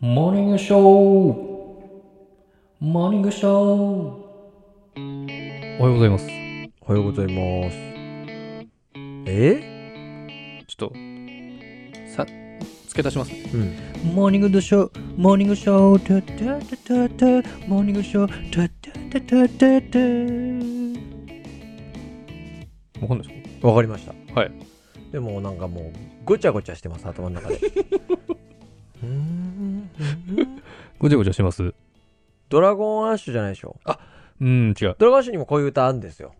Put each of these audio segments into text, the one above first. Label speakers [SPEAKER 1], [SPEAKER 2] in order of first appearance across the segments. [SPEAKER 1] モーニングショーモーニングショーおはようございます。
[SPEAKER 2] おはようございます。え
[SPEAKER 1] ちょっと、さ、付け足しますね。
[SPEAKER 2] うん。
[SPEAKER 1] モーニングショー、モーニングショー、タタタタタ、モーニングショー、タタタタタタ。わかんないです
[SPEAKER 2] わかりました。
[SPEAKER 1] はい。
[SPEAKER 2] でもなんかもう、ごちゃごちゃしてます、頭の 中で。うーん
[SPEAKER 1] かごちゃごちゃしてますう
[SPEAKER 2] ドラゴンアッシュじゃないでしょ。
[SPEAKER 1] ん、違う。
[SPEAKER 2] ドラゴンアッシュにもこういう歌あるんですよ。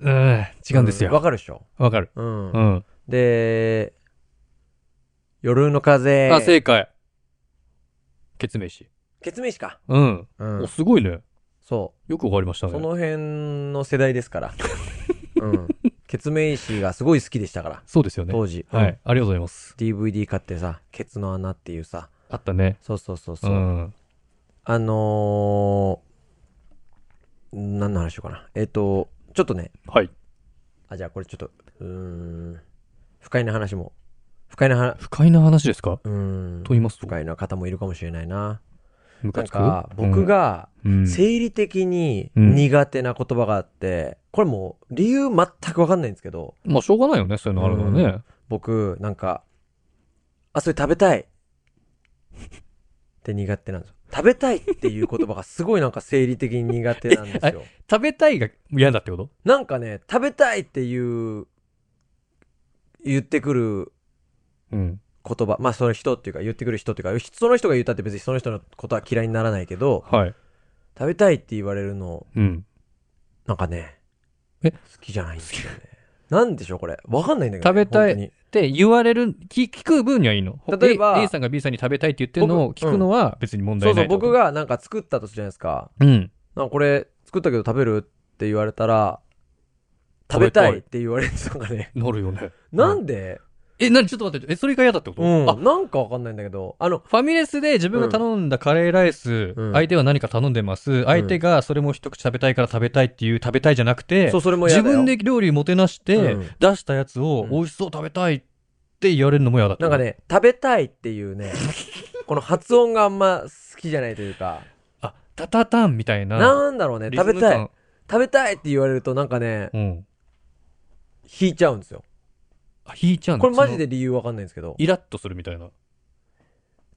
[SPEAKER 1] うん、違うんですよ。
[SPEAKER 2] わかるでしょ。
[SPEAKER 1] わかる。
[SPEAKER 2] うん。
[SPEAKER 1] うん。
[SPEAKER 2] で、夜の風。
[SPEAKER 1] あ、正解。決明詞。
[SPEAKER 2] ケツメイシか。
[SPEAKER 1] うん。
[SPEAKER 2] う
[SPEAKER 1] お、
[SPEAKER 2] ん。
[SPEAKER 1] すごいね。
[SPEAKER 2] そ
[SPEAKER 1] よくわかりました
[SPEAKER 2] う。そ
[SPEAKER 1] ね。
[SPEAKER 2] の辺の世代で すから。うん。ケツメイシがすごい好きでしたから、
[SPEAKER 1] そうですよね。
[SPEAKER 2] 当時。
[SPEAKER 1] は
[SPEAKER 2] うん
[SPEAKER 1] い。。ありがとうございます。
[SPEAKER 2] DVD 買ってさ、ケツの穴っていうさ、
[SPEAKER 1] あったね。
[SPEAKER 2] そうそうそう
[SPEAKER 1] う
[SPEAKER 2] そう。
[SPEAKER 1] ん。
[SPEAKER 2] あのー、何の話しようかな。えっ、と、ちょっとね、
[SPEAKER 1] はい。
[SPEAKER 2] あ、じゃあこれちょっと、うーん、不快な話も、不快な話、
[SPEAKER 1] 不快な話ですか
[SPEAKER 2] うーん
[SPEAKER 1] と、言います
[SPEAKER 2] 不
[SPEAKER 1] と、
[SPEAKER 2] 快な方もいるかもしれないな。
[SPEAKER 1] ム
[SPEAKER 2] な
[SPEAKER 1] カ
[SPEAKER 2] ん
[SPEAKER 1] つく
[SPEAKER 2] か、僕、が
[SPEAKER 1] うんうん
[SPEAKER 2] 生理的に
[SPEAKER 1] うん
[SPEAKER 2] 苦手な言葉があって、これもう理由全くわかんないんですけど、
[SPEAKER 1] まあ、しょうがないよね、そういうのあるのはね。
[SPEAKER 2] 僕、なんか、あ、それ食べたいって苦手なんですよ。食べたいっていう言葉がすごいなんか生理的に苦手なん ですよ。
[SPEAKER 1] 食べたいが嫌だってこと
[SPEAKER 2] なんかね、食べたいっていう、言ってくる
[SPEAKER 1] うん。
[SPEAKER 2] 言葉、まあその人っていうか言ってくる人っていうか、その人が言ったって別にその人のことは嫌いにならないけど、
[SPEAKER 1] はい。
[SPEAKER 2] 食べたいって言われるの、
[SPEAKER 1] うん。
[SPEAKER 2] なんかね、
[SPEAKER 1] え
[SPEAKER 2] 好きじゃないんですよね。なんでしょうこれ。わかんないんだけど、
[SPEAKER 1] 食べたい
[SPEAKER 2] 本当に
[SPEAKER 1] って言われる、聞聞く分にはいいの。
[SPEAKER 2] 例えば
[SPEAKER 1] A, A さんが B さんに食べたいって言ってるのを
[SPEAKER 2] 僕
[SPEAKER 1] 聞くのは別に問
[SPEAKER 2] そ
[SPEAKER 1] 題
[SPEAKER 2] うそ
[SPEAKER 1] ない
[SPEAKER 2] う、
[SPEAKER 1] ってこ
[SPEAKER 2] 僕
[SPEAKER 1] と。
[SPEAKER 2] がなんか作ったとするじゃないですか。
[SPEAKER 1] うん。
[SPEAKER 2] なんかこれ、作ったけど食べるって言われたら、食べたいって言われるの がね、
[SPEAKER 1] なるよね。
[SPEAKER 2] なんで、
[SPEAKER 1] え、なにちょっと待って。え、それが嫌だってこと、
[SPEAKER 2] うん、
[SPEAKER 1] あ、
[SPEAKER 2] なんかわかんないんだけど、あの、
[SPEAKER 1] ファミレスで自分が頼んだカレーライス、
[SPEAKER 2] うん
[SPEAKER 1] 相手は何か頼んでます、相手がそれも一口食べたいから食べたいっていう食べたいじゃなくて、
[SPEAKER 2] そう、それも嫌
[SPEAKER 1] 自
[SPEAKER 2] だよ
[SPEAKER 1] 分で料理もてなして、
[SPEAKER 2] うん
[SPEAKER 1] 出したやつを
[SPEAKER 2] うん
[SPEAKER 1] 美味しそう食べたいって言われるのも嫌だって
[SPEAKER 2] なんか。ね、食べたいってい うね、この発音があんま好きじゃないというか、
[SPEAKER 1] あ、タタタンみたいな。
[SPEAKER 2] なんだろうね、
[SPEAKER 1] リズム
[SPEAKER 2] 食べたい
[SPEAKER 1] 感。。
[SPEAKER 2] 食べたいって言われるとなんかね、
[SPEAKER 1] うん。
[SPEAKER 2] 引いちゃうんですよ。
[SPEAKER 1] あ、引いちゃうんだ
[SPEAKER 2] これマ
[SPEAKER 1] そ
[SPEAKER 2] ジ
[SPEAKER 1] の
[SPEAKER 2] で理由わかんないんですけど、
[SPEAKER 1] イラッとするみたいな。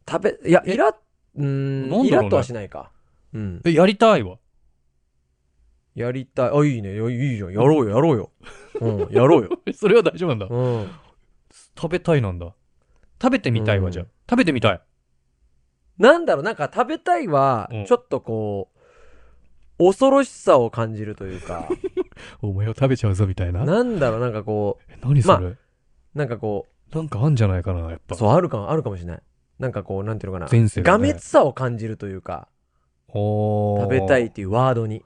[SPEAKER 2] 食べ、いや、
[SPEAKER 1] え
[SPEAKER 2] イラッ、う
[SPEAKER 1] なんだろ
[SPEAKER 2] ー、
[SPEAKER 1] うんね
[SPEAKER 2] イラッとはしないか。うん。
[SPEAKER 1] え、やりたいわ。
[SPEAKER 2] やりたい。あ、いいね。いやいいじゃん。やろうよ、やろうよ。うん、やろうよ。
[SPEAKER 1] えそれは大丈夫なんだ。
[SPEAKER 2] うん。
[SPEAKER 1] 食べたいなんだ。食べてみたいわ、
[SPEAKER 2] うん
[SPEAKER 1] じゃあ。食べてみたい。
[SPEAKER 2] なんだろう、なんか食べたいは
[SPEAKER 1] うん、
[SPEAKER 2] ちょっとこう、恐ろしさを感じるというか、
[SPEAKER 1] お前を食べちゃうぞみたい な。
[SPEAKER 2] なんだろう、なんかこ
[SPEAKER 1] え何それ、
[SPEAKER 2] う、なんかこう、
[SPEAKER 1] なんかあんじゃないかな、やっぱ。
[SPEAKER 2] そう、あるかも、あるかもしれない。なんかこう、なんていうのかな。
[SPEAKER 1] 前世
[SPEAKER 2] がめつさを感じるというか、
[SPEAKER 1] おー
[SPEAKER 2] 食べたいっていうワードに。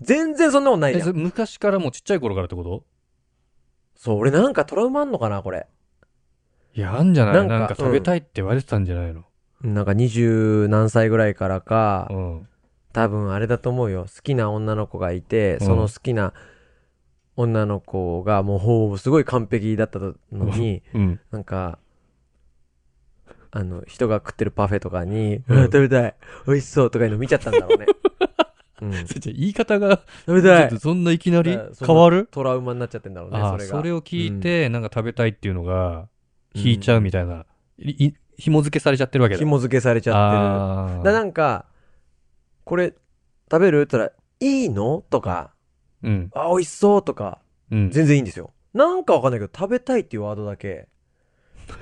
[SPEAKER 2] 全然そんなことない
[SPEAKER 1] え、
[SPEAKER 2] じゃ
[SPEAKER 1] そ
[SPEAKER 2] ん。
[SPEAKER 1] れ昔からもうちっちゃい頃からってこと
[SPEAKER 2] そう、俺なんかトラウマあんのかな、これ。
[SPEAKER 1] いや、あんじゃないな
[SPEAKER 2] なんん
[SPEAKER 1] か
[SPEAKER 2] か
[SPEAKER 1] 食べたいって言われてたんじゃないの
[SPEAKER 2] なんか二十何歳ぐらいからか
[SPEAKER 1] う、ん。
[SPEAKER 2] 多分あれだと思うよ。好きな女の子がいて、
[SPEAKER 1] うん
[SPEAKER 2] その好きな女の子がもうほぼすごい完璧だったのに、
[SPEAKER 1] うん。
[SPEAKER 2] なんか、あの、人が食ってるパフェとかに、
[SPEAKER 1] う
[SPEAKER 2] うんわ食べたい美味しそうとかいうの見ちゃったんだ ろうね。うん、
[SPEAKER 1] それじゃあ言い方が、
[SPEAKER 2] 食べ
[SPEAKER 1] ち
[SPEAKER 2] た
[SPEAKER 1] ょ
[SPEAKER 2] い
[SPEAKER 1] っとそんないきなり
[SPEAKER 2] だから
[SPEAKER 1] 変わる
[SPEAKER 2] トラウマになっちゃってんだろうね、
[SPEAKER 1] あ
[SPEAKER 2] そ
[SPEAKER 1] あ
[SPEAKER 2] れが。
[SPEAKER 1] それを聞いて、なんか食べたいっていうのが、引いちゃうみたいな、いい紐付けされちゃってるわけだ。
[SPEAKER 2] 紐付けされちゃっ
[SPEAKER 1] あ
[SPEAKER 2] て
[SPEAKER 1] ー
[SPEAKER 2] る。だなんか、これ、食べるって言ったら、いいのとか、
[SPEAKER 1] うん。
[SPEAKER 2] あ、美味しそうとか、
[SPEAKER 1] うん。
[SPEAKER 2] 全然いいんですよ。なんかわかんないけど、食べたいっていうワードだけ、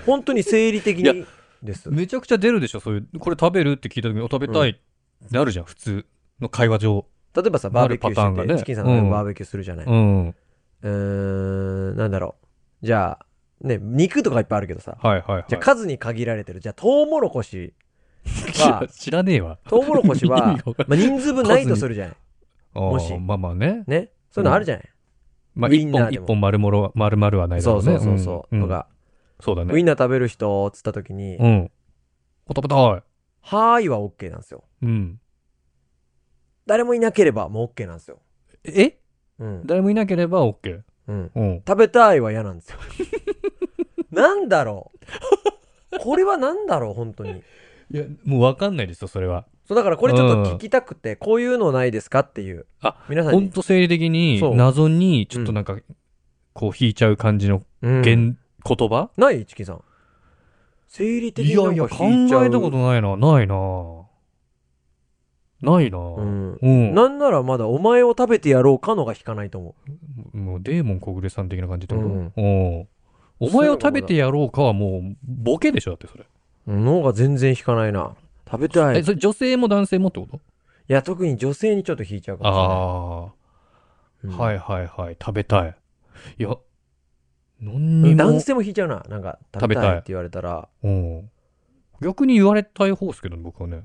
[SPEAKER 2] 本当に生理的
[SPEAKER 1] いや
[SPEAKER 2] にです。
[SPEAKER 1] めちゃくちゃ出るでしょ、そういう。これ食べるって聞いた時に、お食べたいってなるじゃん、普通の会話上。
[SPEAKER 2] 例えばさ、バーベキュ
[SPEAKER 1] なる
[SPEAKER 2] ー
[SPEAKER 1] パターン
[SPEAKER 2] し
[SPEAKER 1] が
[SPEAKER 2] て
[SPEAKER 1] ね
[SPEAKER 2] て、チキンさんが
[SPEAKER 1] うん
[SPEAKER 2] バーベキューするじゃない。う
[SPEAKER 1] うん。はい
[SPEAKER 2] ーん、なんだろう。じゃあ、ね、肉とかいっぱいあるけどさ、
[SPEAKER 1] はいはい。
[SPEAKER 2] じゃあ数に限られてる。じゃあ、トウモロコシ。
[SPEAKER 1] 知ら知らねえわ。
[SPEAKER 2] トウモロコシ
[SPEAKER 1] 意
[SPEAKER 2] は
[SPEAKER 1] 味がわか、
[SPEAKER 2] まあ、人 数分ないとするじゃない。
[SPEAKER 1] も
[SPEAKER 2] し
[SPEAKER 1] まあまあね。
[SPEAKER 2] ね。そういうのあるじゃない。
[SPEAKER 1] まあ
[SPEAKER 2] ウ
[SPEAKER 1] 一
[SPEAKER 2] ィンナ
[SPEAKER 1] 本、
[SPEAKER 2] ーで
[SPEAKER 1] 一
[SPEAKER 2] も
[SPEAKER 1] 本丸もろ、丸々はないだ
[SPEAKER 2] そ
[SPEAKER 1] ろ
[SPEAKER 2] う
[SPEAKER 1] う
[SPEAKER 2] そ
[SPEAKER 1] ね。
[SPEAKER 2] うそうそう。
[SPEAKER 1] ん
[SPEAKER 2] と。か、
[SPEAKER 1] うんそうだ
[SPEAKER 2] ウ
[SPEAKER 1] ね
[SPEAKER 2] ィ。ンナー食べる人っつった時に、
[SPEAKER 1] うん。お食べたい。
[SPEAKER 2] はーいは OK なんですよ。
[SPEAKER 1] うん。
[SPEAKER 2] 誰もいなければもう OK なんですよ。
[SPEAKER 1] え
[SPEAKER 2] うん。
[SPEAKER 1] 誰もいなければ OK。
[SPEAKER 2] うん。
[SPEAKER 1] うん。
[SPEAKER 2] 食べたいは嫌なん ですよ。なんだろう。これはなんだろう、本当に。
[SPEAKER 1] いや、もうわかんないですよ、それは。
[SPEAKER 2] そう、だからこれちょっと聞きたくて、こういうのないですかっていう。
[SPEAKER 1] あ、
[SPEAKER 2] 皆さん
[SPEAKER 1] ほん
[SPEAKER 2] に。
[SPEAKER 1] と生理的に
[SPEAKER 2] そう、
[SPEAKER 1] 謎に、ちょっとなんか、こう引いちゃう感じの
[SPEAKER 2] うん
[SPEAKER 1] 言、言葉
[SPEAKER 2] ないチキンさん。生理的
[SPEAKER 1] い
[SPEAKER 2] に
[SPEAKER 1] やい
[SPEAKER 2] な
[SPEAKER 1] や、
[SPEAKER 2] んか
[SPEAKER 1] 考
[SPEAKER 2] 引いちゃう。
[SPEAKER 1] えたことないな。ないな。ないな。
[SPEAKER 2] う
[SPEAKER 1] うん。
[SPEAKER 2] ん。なんならまだお前を食べてやろうかのが引かないと思
[SPEAKER 1] もうデーモン小暮さん的な感じってこと、
[SPEAKER 2] う
[SPEAKER 1] うんん、お前を食べてやろうかはもう、ボケでしょだってそれ。
[SPEAKER 2] う。脳が全然引かないな。食べたい。
[SPEAKER 1] え、
[SPEAKER 2] い
[SPEAKER 1] それ女性も男性もってこと
[SPEAKER 2] や、特に女性にちょっと引いちゃうかも
[SPEAKER 1] あ
[SPEAKER 2] しれ
[SPEAKER 1] あ、
[SPEAKER 2] ない。。
[SPEAKER 1] はいいはいはい。食べたい。いや、何
[SPEAKER 2] う
[SPEAKER 1] にも。
[SPEAKER 2] ん男性も引いちゃうな。なんか、食べ
[SPEAKER 1] 食べ
[SPEAKER 2] た
[SPEAKER 1] たい
[SPEAKER 2] いって言われたら、
[SPEAKER 1] うん。逆に言われたい方ですけどね、僕はね。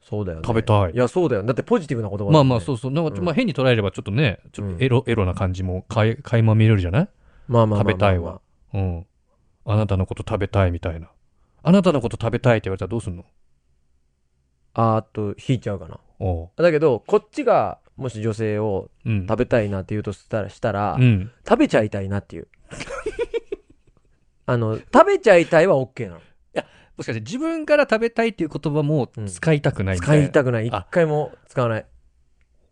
[SPEAKER 2] そうだよね。
[SPEAKER 1] 食べたい
[SPEAKER 2] いや、そうだよ。だってポジティブな言葉だもんね
[SPEAKER 1] まあまあ、そうそう。なんか、
[SPEAKER 2] うん
[SPEAKER 1] まあ変に捉えればちょっとね、ちょっとエロ、エロな感じも垣垣間見れるじゃない
[SPEAKER 2] まあまあまあまあまあ
[SPEAKER 1] 食べたいわ。うん。あなたのこと食べたいみたいな。あなたのこと食べたいって言われたらどうすんの
[SPEAKER 2] あーっと、引いちゃうかな。
[SPEAKER 1] おう。
[SPEAKER 2] だけど、こっちが、もし女性を
[SPEAKER 1] うん。
[SPEAKER 2] 食べたいなって言うとしたら、したら、
[SPEAKER 1] うん。
[SPEAKER 2] 食べちゃいたいなっていう。あの、食べちゃいたいは OK なの。
[SPEAKER 1] もしかして自分から食べたいっていう言葉も使いたくないみた
[SPEAKER 2] 使
[SPEAKER 1] いな。
[SPEAKER 2] いたくない。一
[SPEAKER 1] あ
[SPEAKER 2] 回も使わない。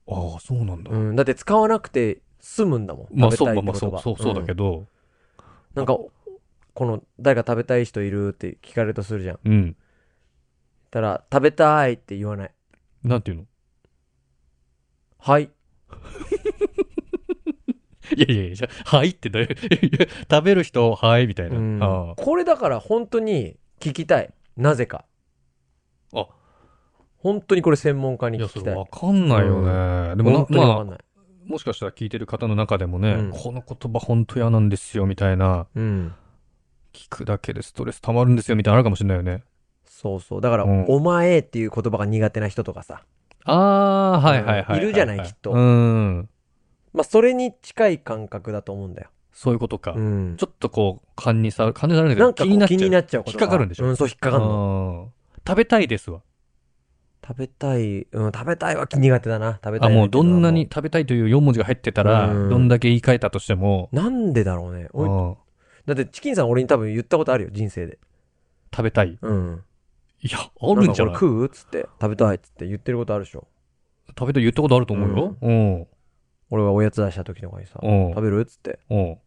[SPEAKER 1] ああ、そうなんだ。
[SPEAKER 2] うん。だって使わなくて済むんだもん。
[SPEAKER 1] まあ
[SPEAKER 2] 食
[SPEAKER 1] そ
[SPEAKER 2] べ
[SPEAKER 1] う、
[SPEAKER 2] た
[SPEAKER 1] ま
[SPEAKER 2] い
[SPEAKER 1] あ
[SPEAKER 2] って
[SPEAKER 1] まあそ
[SPEAKER 2] 言葉
[SPEAKER 1] う、そう、そうだけ
[SPEAKER 2] ん
[SPEAKER 1] ど。
[SPEAKER 2] なんか、この、誰か食べたい人いるって聞かれるとするじゃん。
[SPEAKER 1] うん。
[SPEAKER 2] たら、食べたいって言わない。
[SPEAKER 1] なんていうの
[SPEAKER 2] はい。
[SPEAKER 1] いやいやいやじゃあ、はいってだよ。 食べる人、はいみたいうな。
[SPEAKER 2] ん
[SPEAKER 1] あ
[SPEAKER 2] これだから本当に聞きたい。なぜか。
[SPEAKER 1] あ
[SPEAKER 2] 本当にこれ専門家
[SPEAKER 1] あ。
[SPEAKER 2] に
[SPEAKER 1] いや、
[SPEAKER 2] 聞
[SPEAKER 1] そ
[SPEAKER 2] き
[SPEAKER 1] れ
[SPEAKER 2] たい
[SPEAKER 1] わ。かんないよね。でも
[SPEAKER 2] 本当
[SPEAKER 1] な、
[SPEAKER 2] に
[SPEAKER 1] ま
[SPEAKER 2] わか
[SPEAKER 1] あ
[SPEAKER 2] ん、ない。
[SPEAKER 1] もしかしたら聞いてる方の中でもね、
[SPEAKER 2] うん
[SPEAKER 1] この言葉本当嫌なんですよみたいな、
[SPEAKER 2] うん。
[SPEAKER 1] 聞くだけでストレス溜まるんですよみたいなのあるかもしれないよね。
[SPEAKER 2] そうそう。だから、
[SPEAKER 1] うん
[SPEAKER 2] お前っていう言葉が苦手な人とかさ。
[SPEAKER 1] ああー、はいはいはい。
[SPEAKER 2] いるじゃないきっと
[SPEAKER 1] うん。
[SPEAKER 2] まあ、それに近い感覚だと思うんだよ。
[SPEAKER 1] そういうことか。
[SPEAKER 2] うん。
[SPEAKER 1] ちょっとこう、勘にさ、勘にされるんだ
[SPEAKER 2] なん
[SPEAKER 1] け
[SPEAKER 2] か
[SPEAKER 1] ど、
[SPEAKER 2] こう
[SPEAKER 1] 気
[SPEAKER 2] 気
[SPEAKER 1] に
[SPEAKER 2] に
[SPEAKER 1] なっ
[SPEAKER 2] なっちゃうこと
[SPEAKER 1] 引っかかるんでしょ
[SPEAKER 2] うん、そう、引っ
[SPEAKER 1] ちゃ
[SPEAKER 2] か
[SPEAKER 1] う
[SPEAKER 2] かるの。
[SPEAKER 1] うん食べたいですわ。
[SPEAKER 2] 食べたい、うん、食べたいは苦手だな。食べた
[SPEAKER 1] あ、
[SPEAKER 2] い。
[SPEAKER 1] もうどんなに。食べたいという4文字が入ってたら、
[SPEAKER 2] うん
[SPEAKER 1] どんだけ言い換えたとしても、
[SPEAKER 2] なんでだろうね。おい
[SPEAKER 1] うん
[SPEAKER 2] だって、チキンさん俺に多分言ったことあるよ、人生で。
[SPEAKER 1] 食べたい。
[SPEAKER 2] うん。
[SPEAKER 1] いや、あるんじゃ
[SPEAKER 2] ん
[SPEAKER 1] ない
[SPEAKER 2] か
[SPEAKER 1] 食
[SPEAKER 2] これ食うっつって、食べたいっつって言ってることあるでしょ。
[SPEAKER 1] べたい言ったことあると思うよ。うん。
[SPEAKER 2] 俺がおやつ出した時とかにさ、
[SPEAKER 1] うん
[SPEAKER 2] 食。べるっつって。
[SPEAKER 1] うん。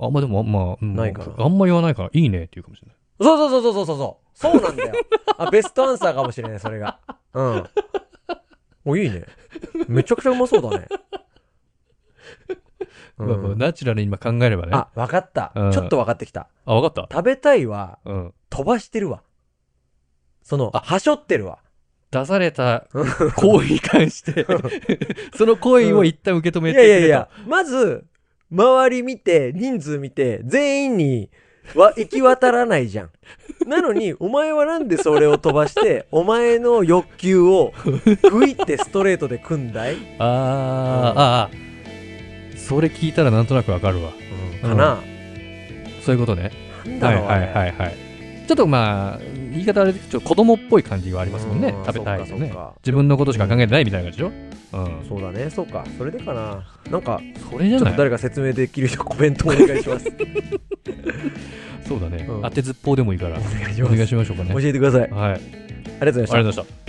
[SPEAKER 1] あんまでも、まあ、うん
[SPEAKER 2] ないかな
[SPEAKER 1] あんま言わないから、いいねって言うかもしれない。
[SPEAKER 2] そうそうそうそうそうそう。そうなんだよ。あ、ベストアンサーかもしれない、それが。うん。お、いいね。めちゃくちゃうまそうだね。う
[SPEAKER 1] まあまあ
[SPEAKER 2] ん、
[SPEAKER 1] ナチュラルに今考えればね。
[SPEAKER 2] あ、わかった
[SPEAKER 1] う。ん
[SPEAKER 2] ちょっとわかってきた。
[SPEAKER 1] あ、わかっ
[SPEAKER 2] 食べたいは
[SPEAKER 1] た。うん。
[SPEAKER 2] 飛ばしてるわ。その、
[SPEAKER 1] あ
[SPEAKER 2] はしょってるわ。
[SPEAKER 1] 出された
[SPEAKER 2] うん
[SPEAKER 1] 行為に関して、その行為を一旦受け止
[SPEAKER 2] い
[SPEAKER 1] めて
[SPEAKER 2] や
[SPEAKER 1] く
[SPEAKER 2] い
[SPEAKER 1] れと。
[SPEAKER 2] やいや、まず、周り見て、人数見て、全員に、わ、行き渡らな いじゃん。なのに、お前はなんでそれを飛ばして、お前の欲求を、グイってストレートで組んだい
[SPEAKER 1] あー、あーあー、それ聞いたらなんとなくわかるわ。
[SPEAKER 2] かな、
[SPEAKER 1] そういうことね。
[SPEAKER 2] なんだ
[SPEAKER 1] はい
[SPEAKER 2] ろう、ね
[SPEAKER 1] はいはいはい。ちょっとまあ、言い方あれですけど、ちょっと子供っぽい感じはありますもんね
[SPEAKER 2] う。ん
[SPEAKER 1] 食べたいです
[SPEAKER 2] そうか
[SPEAKER 1] ね
[SPEAKER 2] そうか。
[SPEAKER 1] 自分のことしか考えてないみたいな感じでしょうん。
[SPEAKER 2] そうだねそうかそれでかななんか
[SPEAKER 1] それじゃ
[SPEAKER 2] ちょっと
[SPEAKER 1] ない
[SPEAKER 2] 誰か説明できる人コメントお願いします
[SPEAKER 1] そうだね
[SPEAKER 2] うん。
[SPEAKER 1] 当てずっぽうでもいいから。
[SPEAKER 2] お願いし
[SPEAKER 1] お
[SPEAKER 2] ます
[SPEAKER 1] 願いしましょうかね。
[SPEAKER 2] 教
[SPEAKER 1] はい。
[SPEAKER 2] えてくださいあり
[SPEAKER 1] あり
[SPEAKER 2] がとうございました
[SPEAKER 1] がとうございました。